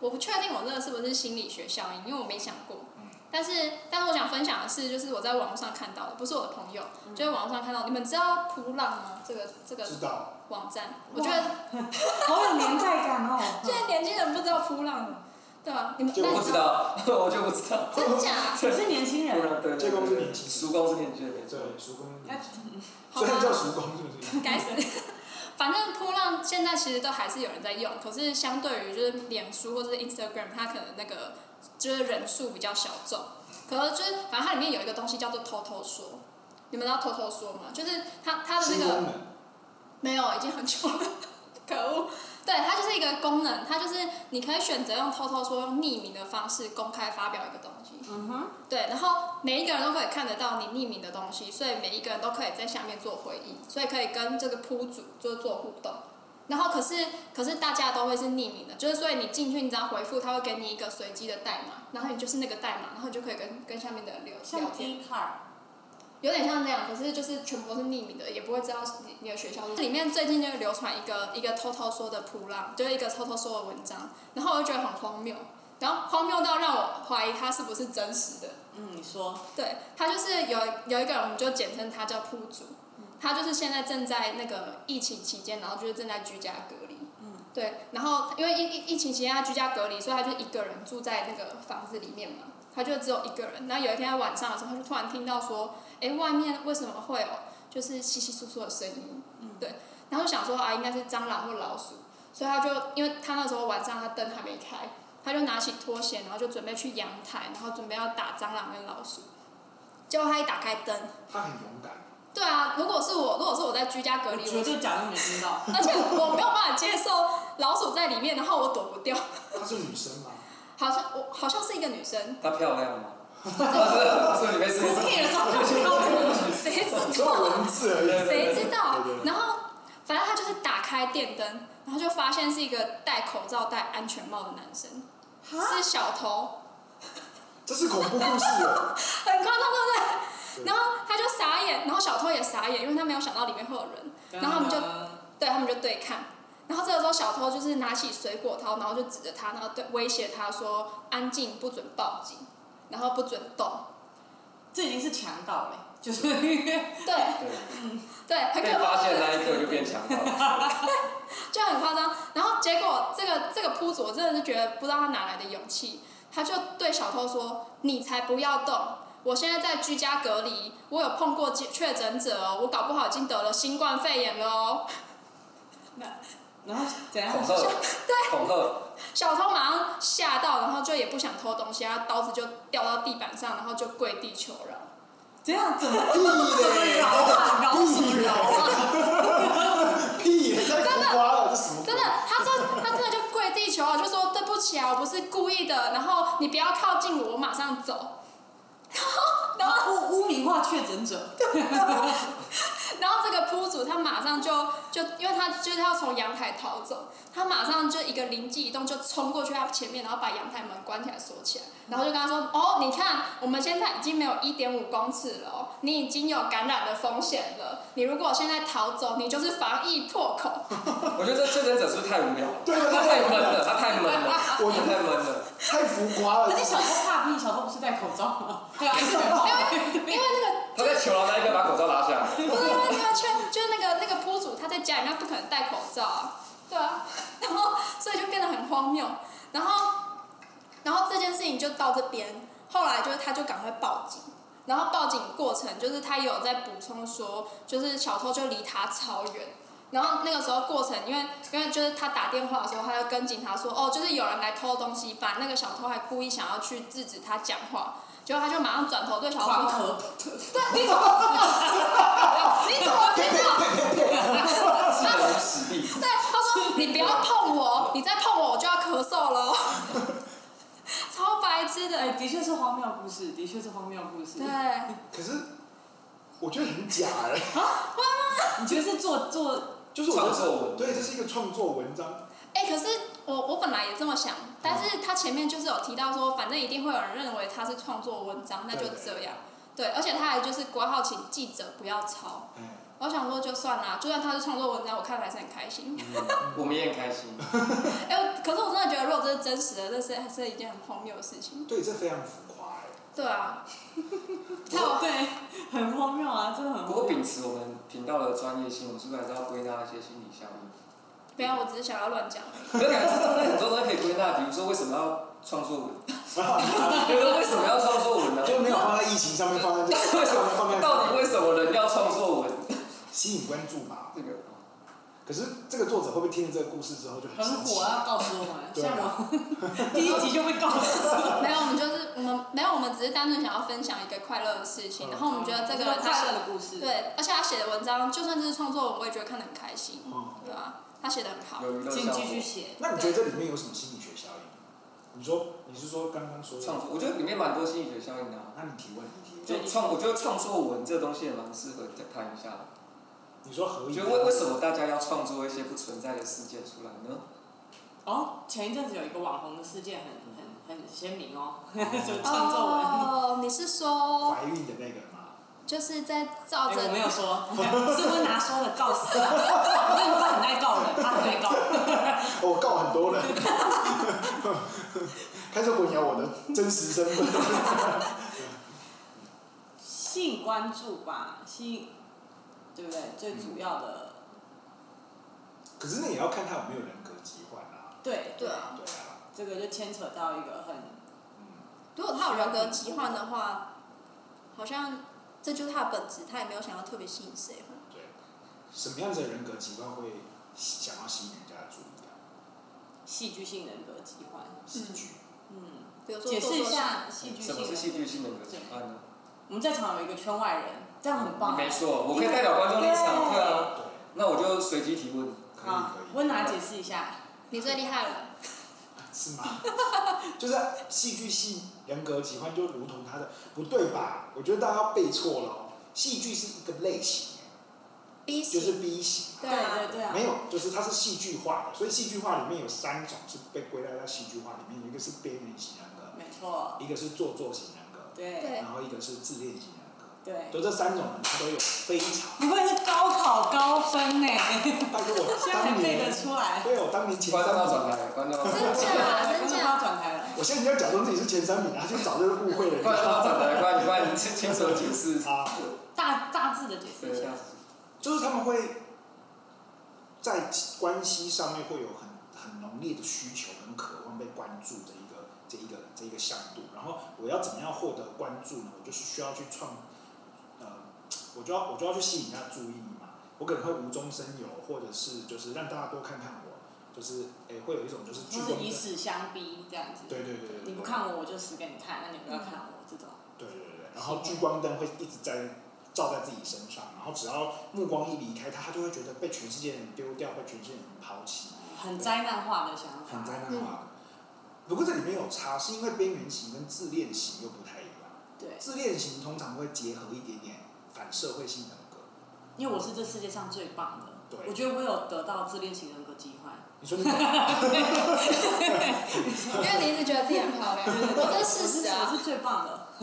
我不确定我这个是不是心理学效应，因为我没想过。但是，但是我想分享的是，就是我在网络上看到的，不是我的朋友，就在网络上看到。你们知道扑浪吗？这个这个嗯知道，网站，我觉得好有年代感哦。现在年轻人不知道扑浪了，对吧？你们就那我你不知道， 我就不知道。真假？我是年轻人，啊对，这公司年轻叔公是年轻人，没错。对，叔公，哎 好虽然叫吧，叔公是不是？该死。 反正扑浪现在其实都还是有人在用，可是相对于就是脸书或者是 Instagram，它可能那个就是人数比较小众。可是就是反正它里面有一个东西叫做偷偷说，你们知道偷偷说吗？就是它它的新那个功能，没有，已经很久了， 可恶。对，它就是一个功能，它就是你可以选择用偷偷说、用匿名的方式公开发表一个东西。嗯哼，对，然后每一个人都可以看得到你匿名的东西，所以每一个人都可以在下面做回应，所以可以跟这个铺主就做互动。然后可是可是大家都会是匿名的，就是所以你进去你只要回复，他会给你一个随机的代码，然后你就是那个代码，然后你就可以跟跟下面的人聊聊像天。 D card，有点像那样，可是就是全部都是匿名的，也不会知道你你的学校是。里面最近就流传一个一个偷偷说的普浪，就是一个偷偷说的文章，然后我就觉得很荒谬，然后荒谬到让我怀疑它是不是真实的。嗯，你说，对，他就是有有一个人，我们就简称他叫铺主，他就是现在正在那个疫情期间，然后就是正在居家隔离。嗯，对，然后因为疫疫疫情期间他居家隔离，所以他就一个人住在那个房子里面嘛，他就只有一个人。然后有一天他晚上的时候，他就突然听到说，哎，外面为什么会有就是稀稀疏疏的声音？嗯对，然后想说啊，应该是蟑螂或老鼠，所以他就因为他那时候晚上他灯还没开，他就拿起拖鞋，然后就准备去阳台，然后准备要打蟑螂跟老鼠。结果他一打开灯，他很勇敢，对啊，如果是我，如果是我在居家隔我离，绝我对假装没听到。而且我没有办法接受老鼠在里面，然后我躲不掉。她是女生嘛，好像我好像是一个女生，她漂亮 吗？她是是你没事不。 可以了，他就要谁知只有道？文字而已。谁知道对对？对然后反正他就是打开电灯，然后就发现是一个戴口罩、戴安全帽的男生，啊是小偷。这是恐怖故事哦，很夸张，对不对？对然后他就傻眼，然后小偷也傻眼，因为他没有想到里面会有人，然后他们就对他们就对看。然后这个时候，小偷就是拿起水果刀，然后就指着他，然后对威胁他说：“安静，不准报警，然后不准动。这已经是强盗了，就是 因为”对对，对，很被可发怕，现那一刻就变强 盗。就很夸张。然后结果这个这个铺主，我真的是觉得不知道他哪来的勇气，他就对小偷说：“你才不要动！我现在在居家隔离，我有碰过确确诊者哦，我搞不好已经得了新冠肺炎了哦。”然后怎样？恐吓，恐吓，小偷马上吓到，然后就也不想偷东西，他刀子就掉到地板上，然后就跪地求饶。怎样？怎么怎么饶啊？饶什么饶啊？屁，太浮夸了，这什么鬼？真的，他真他真的就跪地求饶，就说对不起啊，我不是故意的，然后你不要靠近我，我马上走。然后污污名化确诊者，然后这个铺主他马上就就，因为他就是要从阳台逃走，他马上就一个灵机一动，就冲过去他前面，然后把阳台门关起来锁起来，然后就跟他说：“哦，你看，我们现在已经没有一点五公尺了哦，你已经有感染的风险了，你如果现在逃走，你就是防疫破口。”我觉得这确诊者是不是太无聊了？对他太闷了，他太闷了，我他太闷了。啊太浮夸而了且，小偷怕屁，小偷不是戴口罩 吗？还有安全帽。因为那个他在求饶那一刻把口罩拿下来。不是因为那个圈，就是那个那个铺主他在家里面他不可能戴口罩啊，对啊，然后所以就变得很荒谬，然后然后这件事情就到这边，后来就是他就赶快报警。然后报警过程就是他有在补充说，就是小偷就离他超远。然后那个时候过程，因为因为就是他打电话的时候，他就跟警察说，哦，就是有人来偷东西，把那个小偷还故意想要去制止他讲话，结果他就马上转头对小偷狂说，咳，对，你怎么知道？你怎么知道？置人死地，对，他说你不要碰我，你再碰我我就要咳嗽了哦，超白痴哎，的。的确是荒谬故事，的确是荒谬故事对，。可是我觉得很假哎，你觉得是做做就是我在创作文对，这是一个创作文章，哎、可是我我本来也这么想，但是他前面就是有提到说，反正一定会有人认为他是创作文章，那就这样。对，而且他还就是挂号，请记者不要抄。哎我想说就算啦，就算他是创作文章，我看了还是很开心。我们也很开心。哎、我可是我真的觉得，如果这是真实的，这是还是一件很荒谬的事情。对，这非常浮夸哎。对啊， 太有对，很荒谬啊，真的很不荒过谬。秉持我们频道的专业性，我们是不是还是要归纳一些心理效应？ 不要，我只是想要乱讲。可是感觉真的很多东西可以归纳，比如说为什么要创作文？欸 比如说为什么要创作文 呢？就没有放在疫情上面，放在这个为什上面，放在么？到底为什么人要创作文？吸引关注嘛？这个可是这个作者会不会听了这个故事之后就很生气火？啊，告诉我们，对啊像我第一集就被告诉，没有，我们就是我们没有，我们只是单纯想要分享一个快乐的事情。嗯然后我们觉得这个人他哦快写乐的故事，，对，而且他写的文章，就算这是创作文，我也觉得看得很开心，嗯，对啊？他写的很好，有娱乐请效继续果。写。那你觉得这里面有什么心理学效应？你说你是说刚刚说创的？作，我觉得里面蛮多心理学效应的啊、那你提问，你提就问。创，我觉得创作文这东西也蛮适合再谈一下的。你说合我影？觉得为为什么大家要创作一些不存在的事件出来呢？哦，前一阵子有一个网红的事件很很很鲜明哦， 就创作文。哎哦，你是说怀孕的那个吗？就是在照哎着我没 有说，是不是拿说的告死了？我跟你说，他很爱告人，他很爱告人。我哦告很多人， 开始混淆我的真实身份。吸引关注吧，吸引，对不对？最主要的，可是那也要看他有没有人格疾患啊。对对啊。对啊，这个就牵扯到一个很，嗯，如果他有人格疾患的话，好像这就是他的本质，他也没有想要特别吸引谁哦。对。什么样子的人格疾患会想要吸引人家的注意啊？戏剧性人格疾患。戏剧。嗯，比如说解做释作一小，下戏剧性什么人格是戏剧性的疾患呢？我们在场有一个圈外人，这样很棒。你没错，我可以代表观众立场，对啊。对，那我就随机提问，可以好可，以。啊温拿解释一下。你最厉害了。是吗？ 就是戏剧系人格疾患就如同他的不对吧？我觉得大家背错了、哦，戏剧是一个类型， B 就型，是 B 型，对啊，对对对啊没。有，就是它是戏剧化的，所以戏剧化里面有三种是被归类到戏剧化里面，有一个是边缘型人格，没错，一个是做作型人格，对对然后一个是自恋型人格，对。就这三种人他都有非 常，不会是高考高 分呢？大概我现在当还背得年，出来。对我当年前观众要转三名，台，观众要转真台，假真观众要假，转台了。我现在要假装自己是前三名，然后去找这个误会人观众要家转台，观众观众亲手解释，啊。大大致的解释一对下啊。，就是他们会在关系上面会有很很浓烈的需求跟渴望被关注的一个这一个这一个向度。然后我要怎么样获得关注呢？我就是需要去创，呃，我就要我就要去吸引人家注意嘛。我可能会无中生有，或者是就是让大家多看看我，就是诶、会有一种就是聚就光是灯以死相逼这样子。对对对对你对不看我，我就死给你看；那你不要看我，这种。对对对，然后聚光灯会一直在照在自己身上，然后只要目光一离开他，他就会觉得被全世界人丢掉，被全世界人抛弃。很灾难化的想很法。灾难化的。不过这里面有差，是因为边缘型跟自恋型又不太一样。对，自恋型通常会结合一点点反社会性人格。因为我是这世界上最棒的。对我觉得我有得到自恋型人格疾患。你说你懂因为你一直觉得自己很 漂亮，这是事实我是啊我。是最棒的。哦，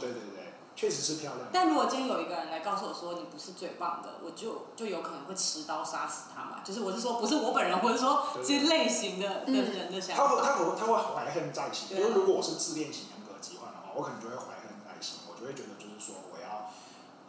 对对对，确实是漂亮。但如果今天有一个人来告诉我说你不是最棒的，我就就有可能会持刀杀死他嘛。就是我是说，不是我本人，我是说对这类型的的嗯人的想他会法。他会他会怀恨在心，对啊因为如果我是自恋型人格疾患的话，我可能就会怀恨在心，我就会觉得就是说我要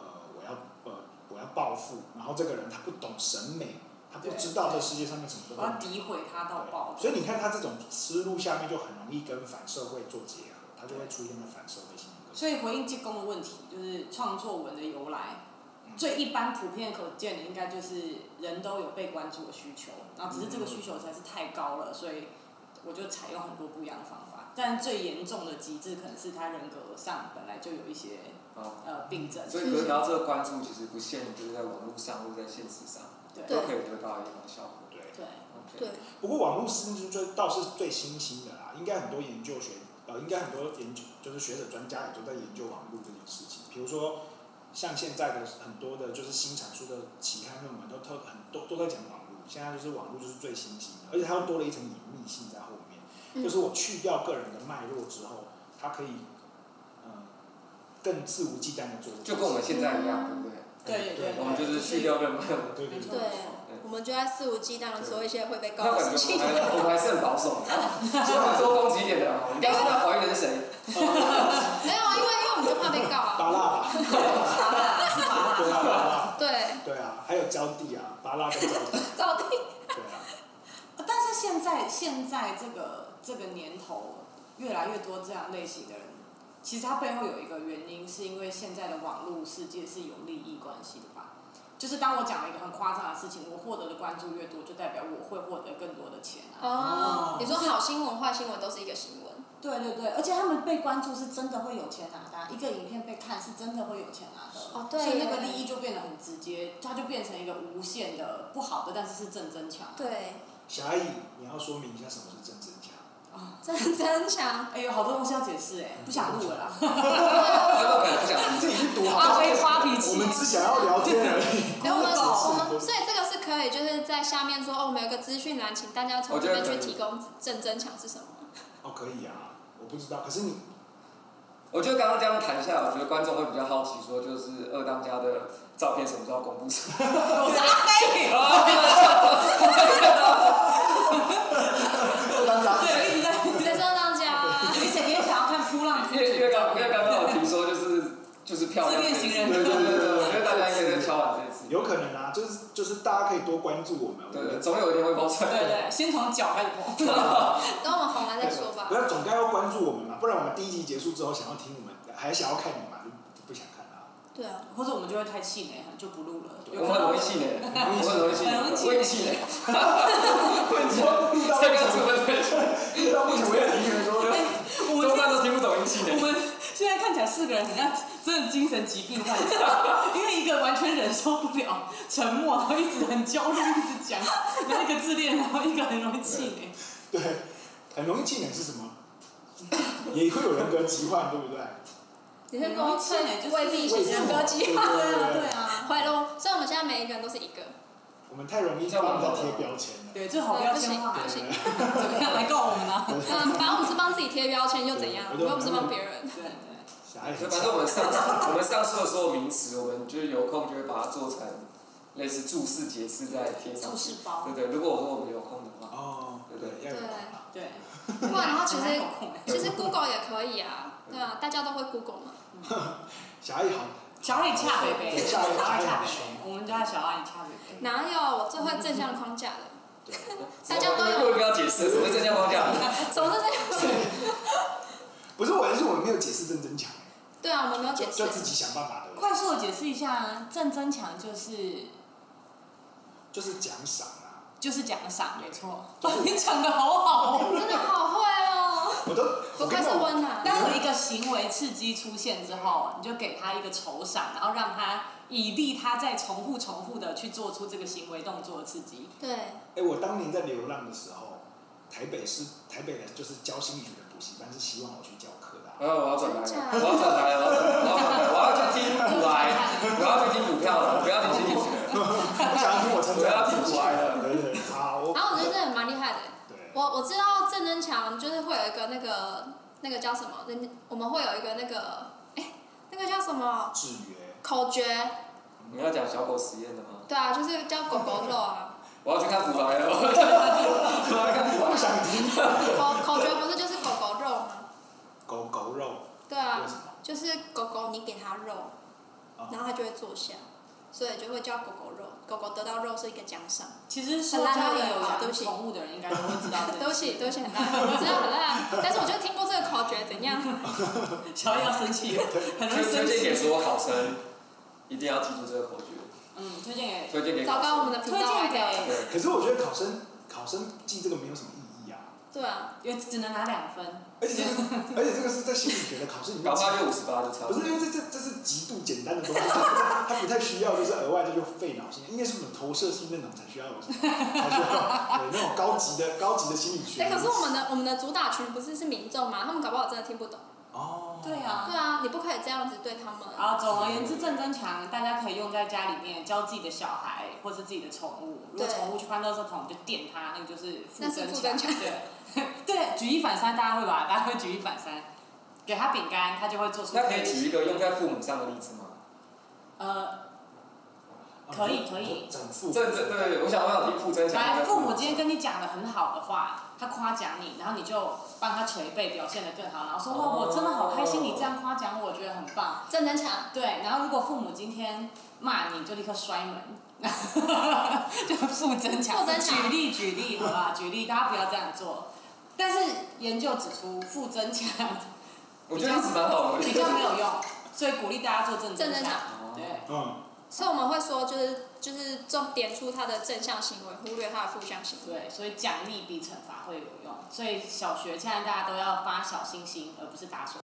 呃我要呃我要报复，然后这个人他不懂审美，他不对知道这世界上面什么都我要诋毁他到爆。所以你看他这种思路下面就很容易跟反社会做结合，他就会出现在反社会性人格。所以回应济公的问题，就是创作文的由来，嗯最一般普遍可见的，应该就是人都有被关注的需求，然后只是这个需求实在是太高了，所以我就采用很多不一样的方法。但最严重的极致可能是他人格上本来就有一些好。呃病症，所以得到这个关注，其实不限于就是在网络上或者在现实上，对都对可以得到一种效果。对，对 OK 对，不过网络失智最倒是最新兴的啦，应该很多研究学呃，应该很多研究就是学者专家也都在研究网络这件事情。比如说像现在的很多的就是新产出的期刊论文都特很多都在讲网络，现在就是网络就是最新兴的，而且它又多了一层隐秘性在后面，嗯就是我去掉个人的脉络之后，它可以呃更肆无忌惮的做这件事。就跟我们现在一样，对不对？对对我们就是去掉认判。对对没错对，对，我们就在肆无忌惮的做一些会被告那的感觉事情我。们 还我们还是很保守，所以我们多攻击一点的啊。我们不要知道怀孕的是谁，没有啊，因为因为我们就怕被告啊。 拔蜡吧，麻辣是麻辣，对啊，拔蜡，对，对啊，还有胶地啊，拔蜡跟胶地，到底对啊，但是现在现在这个这个年头，越来越多这样类型的人，其实它背后有一个原因，是因为现在的网络世界是有利益关系的吧？就是当我讲了一个很夸张的事情，我获得的关注越多，就代表我会获得更多的钱啊。哦哦，你说好新闻、坏新闻都是一个新闻。对对对，而且他们被关注是真的会有钱拿的啊、一个影片被看是真的会有钱拿的。哦对所以那个耶利益就变得很直接，它就变成一个无限的不好的，但是是正增强。对，狭义你要说明一下什么是正增强。啊，真真强。哎、有好多东西要解释哎、不想录了啦。他们可能不想听你。自己去读好发不好挥发脾气。我们只想要聊天而已。然后我们我我们，所以这个是可以，就是在下面说哦，我们有个资讯栏，请大家从这边去提供正增强是什么。哦，可以啊，我不知道，可是你我觉得刚刚这样谈下来，我觉得观众会比较好奇，说就是二当家的照片什么时候公布出来？我是阿飞。当然对，一直在。谁说当家啊？你想你也想要看扑浪因为因为刚因为刚刚我听说就是就是漂亮这件事自情，型恋人对对对对，我觉得大家应该在敲碗这件事情，有可能啊，就是就是大家可以多关注我们，我对对，们总有一天会爆出对来。对，先从脚开始摸。等我们红了再说吧不。要总该要关注我们嘛，不然我们第一集结束之后想要听我们，还想要看你嘛，就不想看啦、对啊，或者我们就会太气馁，就不录了。我们很容易气馁，我们很容易气馁，我也气馁。问题录到这个怎么哎对？到目前为止，一个人说我们中现段在都听不懂音气我馁。们现在看起来四个人很像真的精神疾病患者，因为一个完全忍受不了沉默，然后一直很焦虑，一直讲，然后一个自恋，然后一个很容易气馁。对，很容易气馁是什么？ 也会有人格疾患，对不对？你先跟我气馁就是未必是 人格 疾患。对对对对，啊，坏喽，所以我们现在每一个人都是一个。我们太容易帮人家贴标签了。对，最好不要先画，不行怎么样来告我们啊？嗯，反正我们是帮自己贴标签又怎样？我们又不是帮别人。对对，狭义就反正我们上我们上述的所有名词，我们就是有空就会把它做成类似注释解释再贴上注去。释包，对对，如果我说我们有空的话，哦，对对，要有对。不啊然的话，其很实难有空其实 Google 也可以啊，对啊，大家都会 Google 嘛。狭义好，小爱恰北北，小小爱恰爱恰北北北北，我们家的小爱恰北北。哪有我最会正向框架的？大家都有不要解释，什么是正向框架？怎么是哎这样？不是我，是我没有解释正增强，对啊，我们没有解释就。自己想办法的，快速的解释一下，郑增强就是就是奖赏啊，就是奖赏，没错。就是你讲的好好哦。真的好会哦！我都不我愧跟是温暖。当有一个行为刺激出现之后，你就给他一个酬赏，然后让他以利他再重复重复的去做出这个行为动作的刺激。对，哎、我当年在流浪的时候，台北是台北的，就是教心理学的补习班，是希望我去教课 的、啊。然后我要转台了，我要转台了，我要转台了，我要去听股癌， 我要去听股票了，不要听心理学了，我想要听我成我要长，听股癌了。对对，好，我然后我觉得真的蛮厉害的。对，我我知道郑增强就是会有一个那个那个叫什么，人家我们会有一个那个哎、那个叫什么制约，口诀？你要讲小狗实验的吗？对啊，就是叫狗狗肉啊。我要去看股癌了，我要看股不癌。想听口口诀不是就是狗狗肉吗？狗狗肉，对为啊什，么？就是狗狗你给它肉，然后它就会坐下，所以就会叫狗狗肉。狗狗得到肉是一个奖赏。其实很说烂家的里人有啊对不养起宠物的人，应该都会知道对这不个。起，对不起，很烂， 我知道很烂，但是我就听过这个口诀，怎样？小爱要生气了，很容易推生荐 给气。所有考生，一定要记住这个口诀。嗯，推荐给呃推荐给糟考糕，我生。们的频推道荐歪掉了。给，对，可是我觉得考生考生记这个没有什么意义啊，对啊，也呃只能拿两分。而且 这个而且这个是在心理学的考试里面搞，八就五十八就差不是不多因。为这这这是极度简单的东西，它它不太需要就是额外这就费脑筋，应该是我们投射性那种才需要有什么，才需要有那种高级的高级的心理学。哎，可是我们的我们的主打群不是是民众吗？他们搞不好真的听不懂。哦，对啊对啊，你不可以这样子对他们。啊，总而言之，正增强大家可以用在家里面教自己的小孩或是自己的宠物。如果对宠物去翻垃圾桶，就电它，那个就是负那是负增增强。强 对，对，举一反三，大家会吧？大家会举一反三。给他饼干，他就会做出。那可以举一个用在父母上的例子吗？呃，啊可以我可以整这副这对，我想我想听傅真讲。来，父母今天跟你讲的很好的话，他夸奖你，然后你就帮他捶背，表现的更好，然哦后说哇，我真的好开心，你这样夸奖我，我觉得很棒。正能强，对，然后如果父母今天骂你，就立刻摔门， 就负增强。负增强举例举例，好吧，举例，大家不要这样做。但是研究指出，负增强我觉得例子蛮好的。比较没有用，所以鼓励大家做正正增能强强。对，嗯，所以我们会说就是就是重点出他的正向行为，忽略他的负向行为。对，所以奖励比惩罚会有用。所以小学现在大家都要发小星星，而不是打手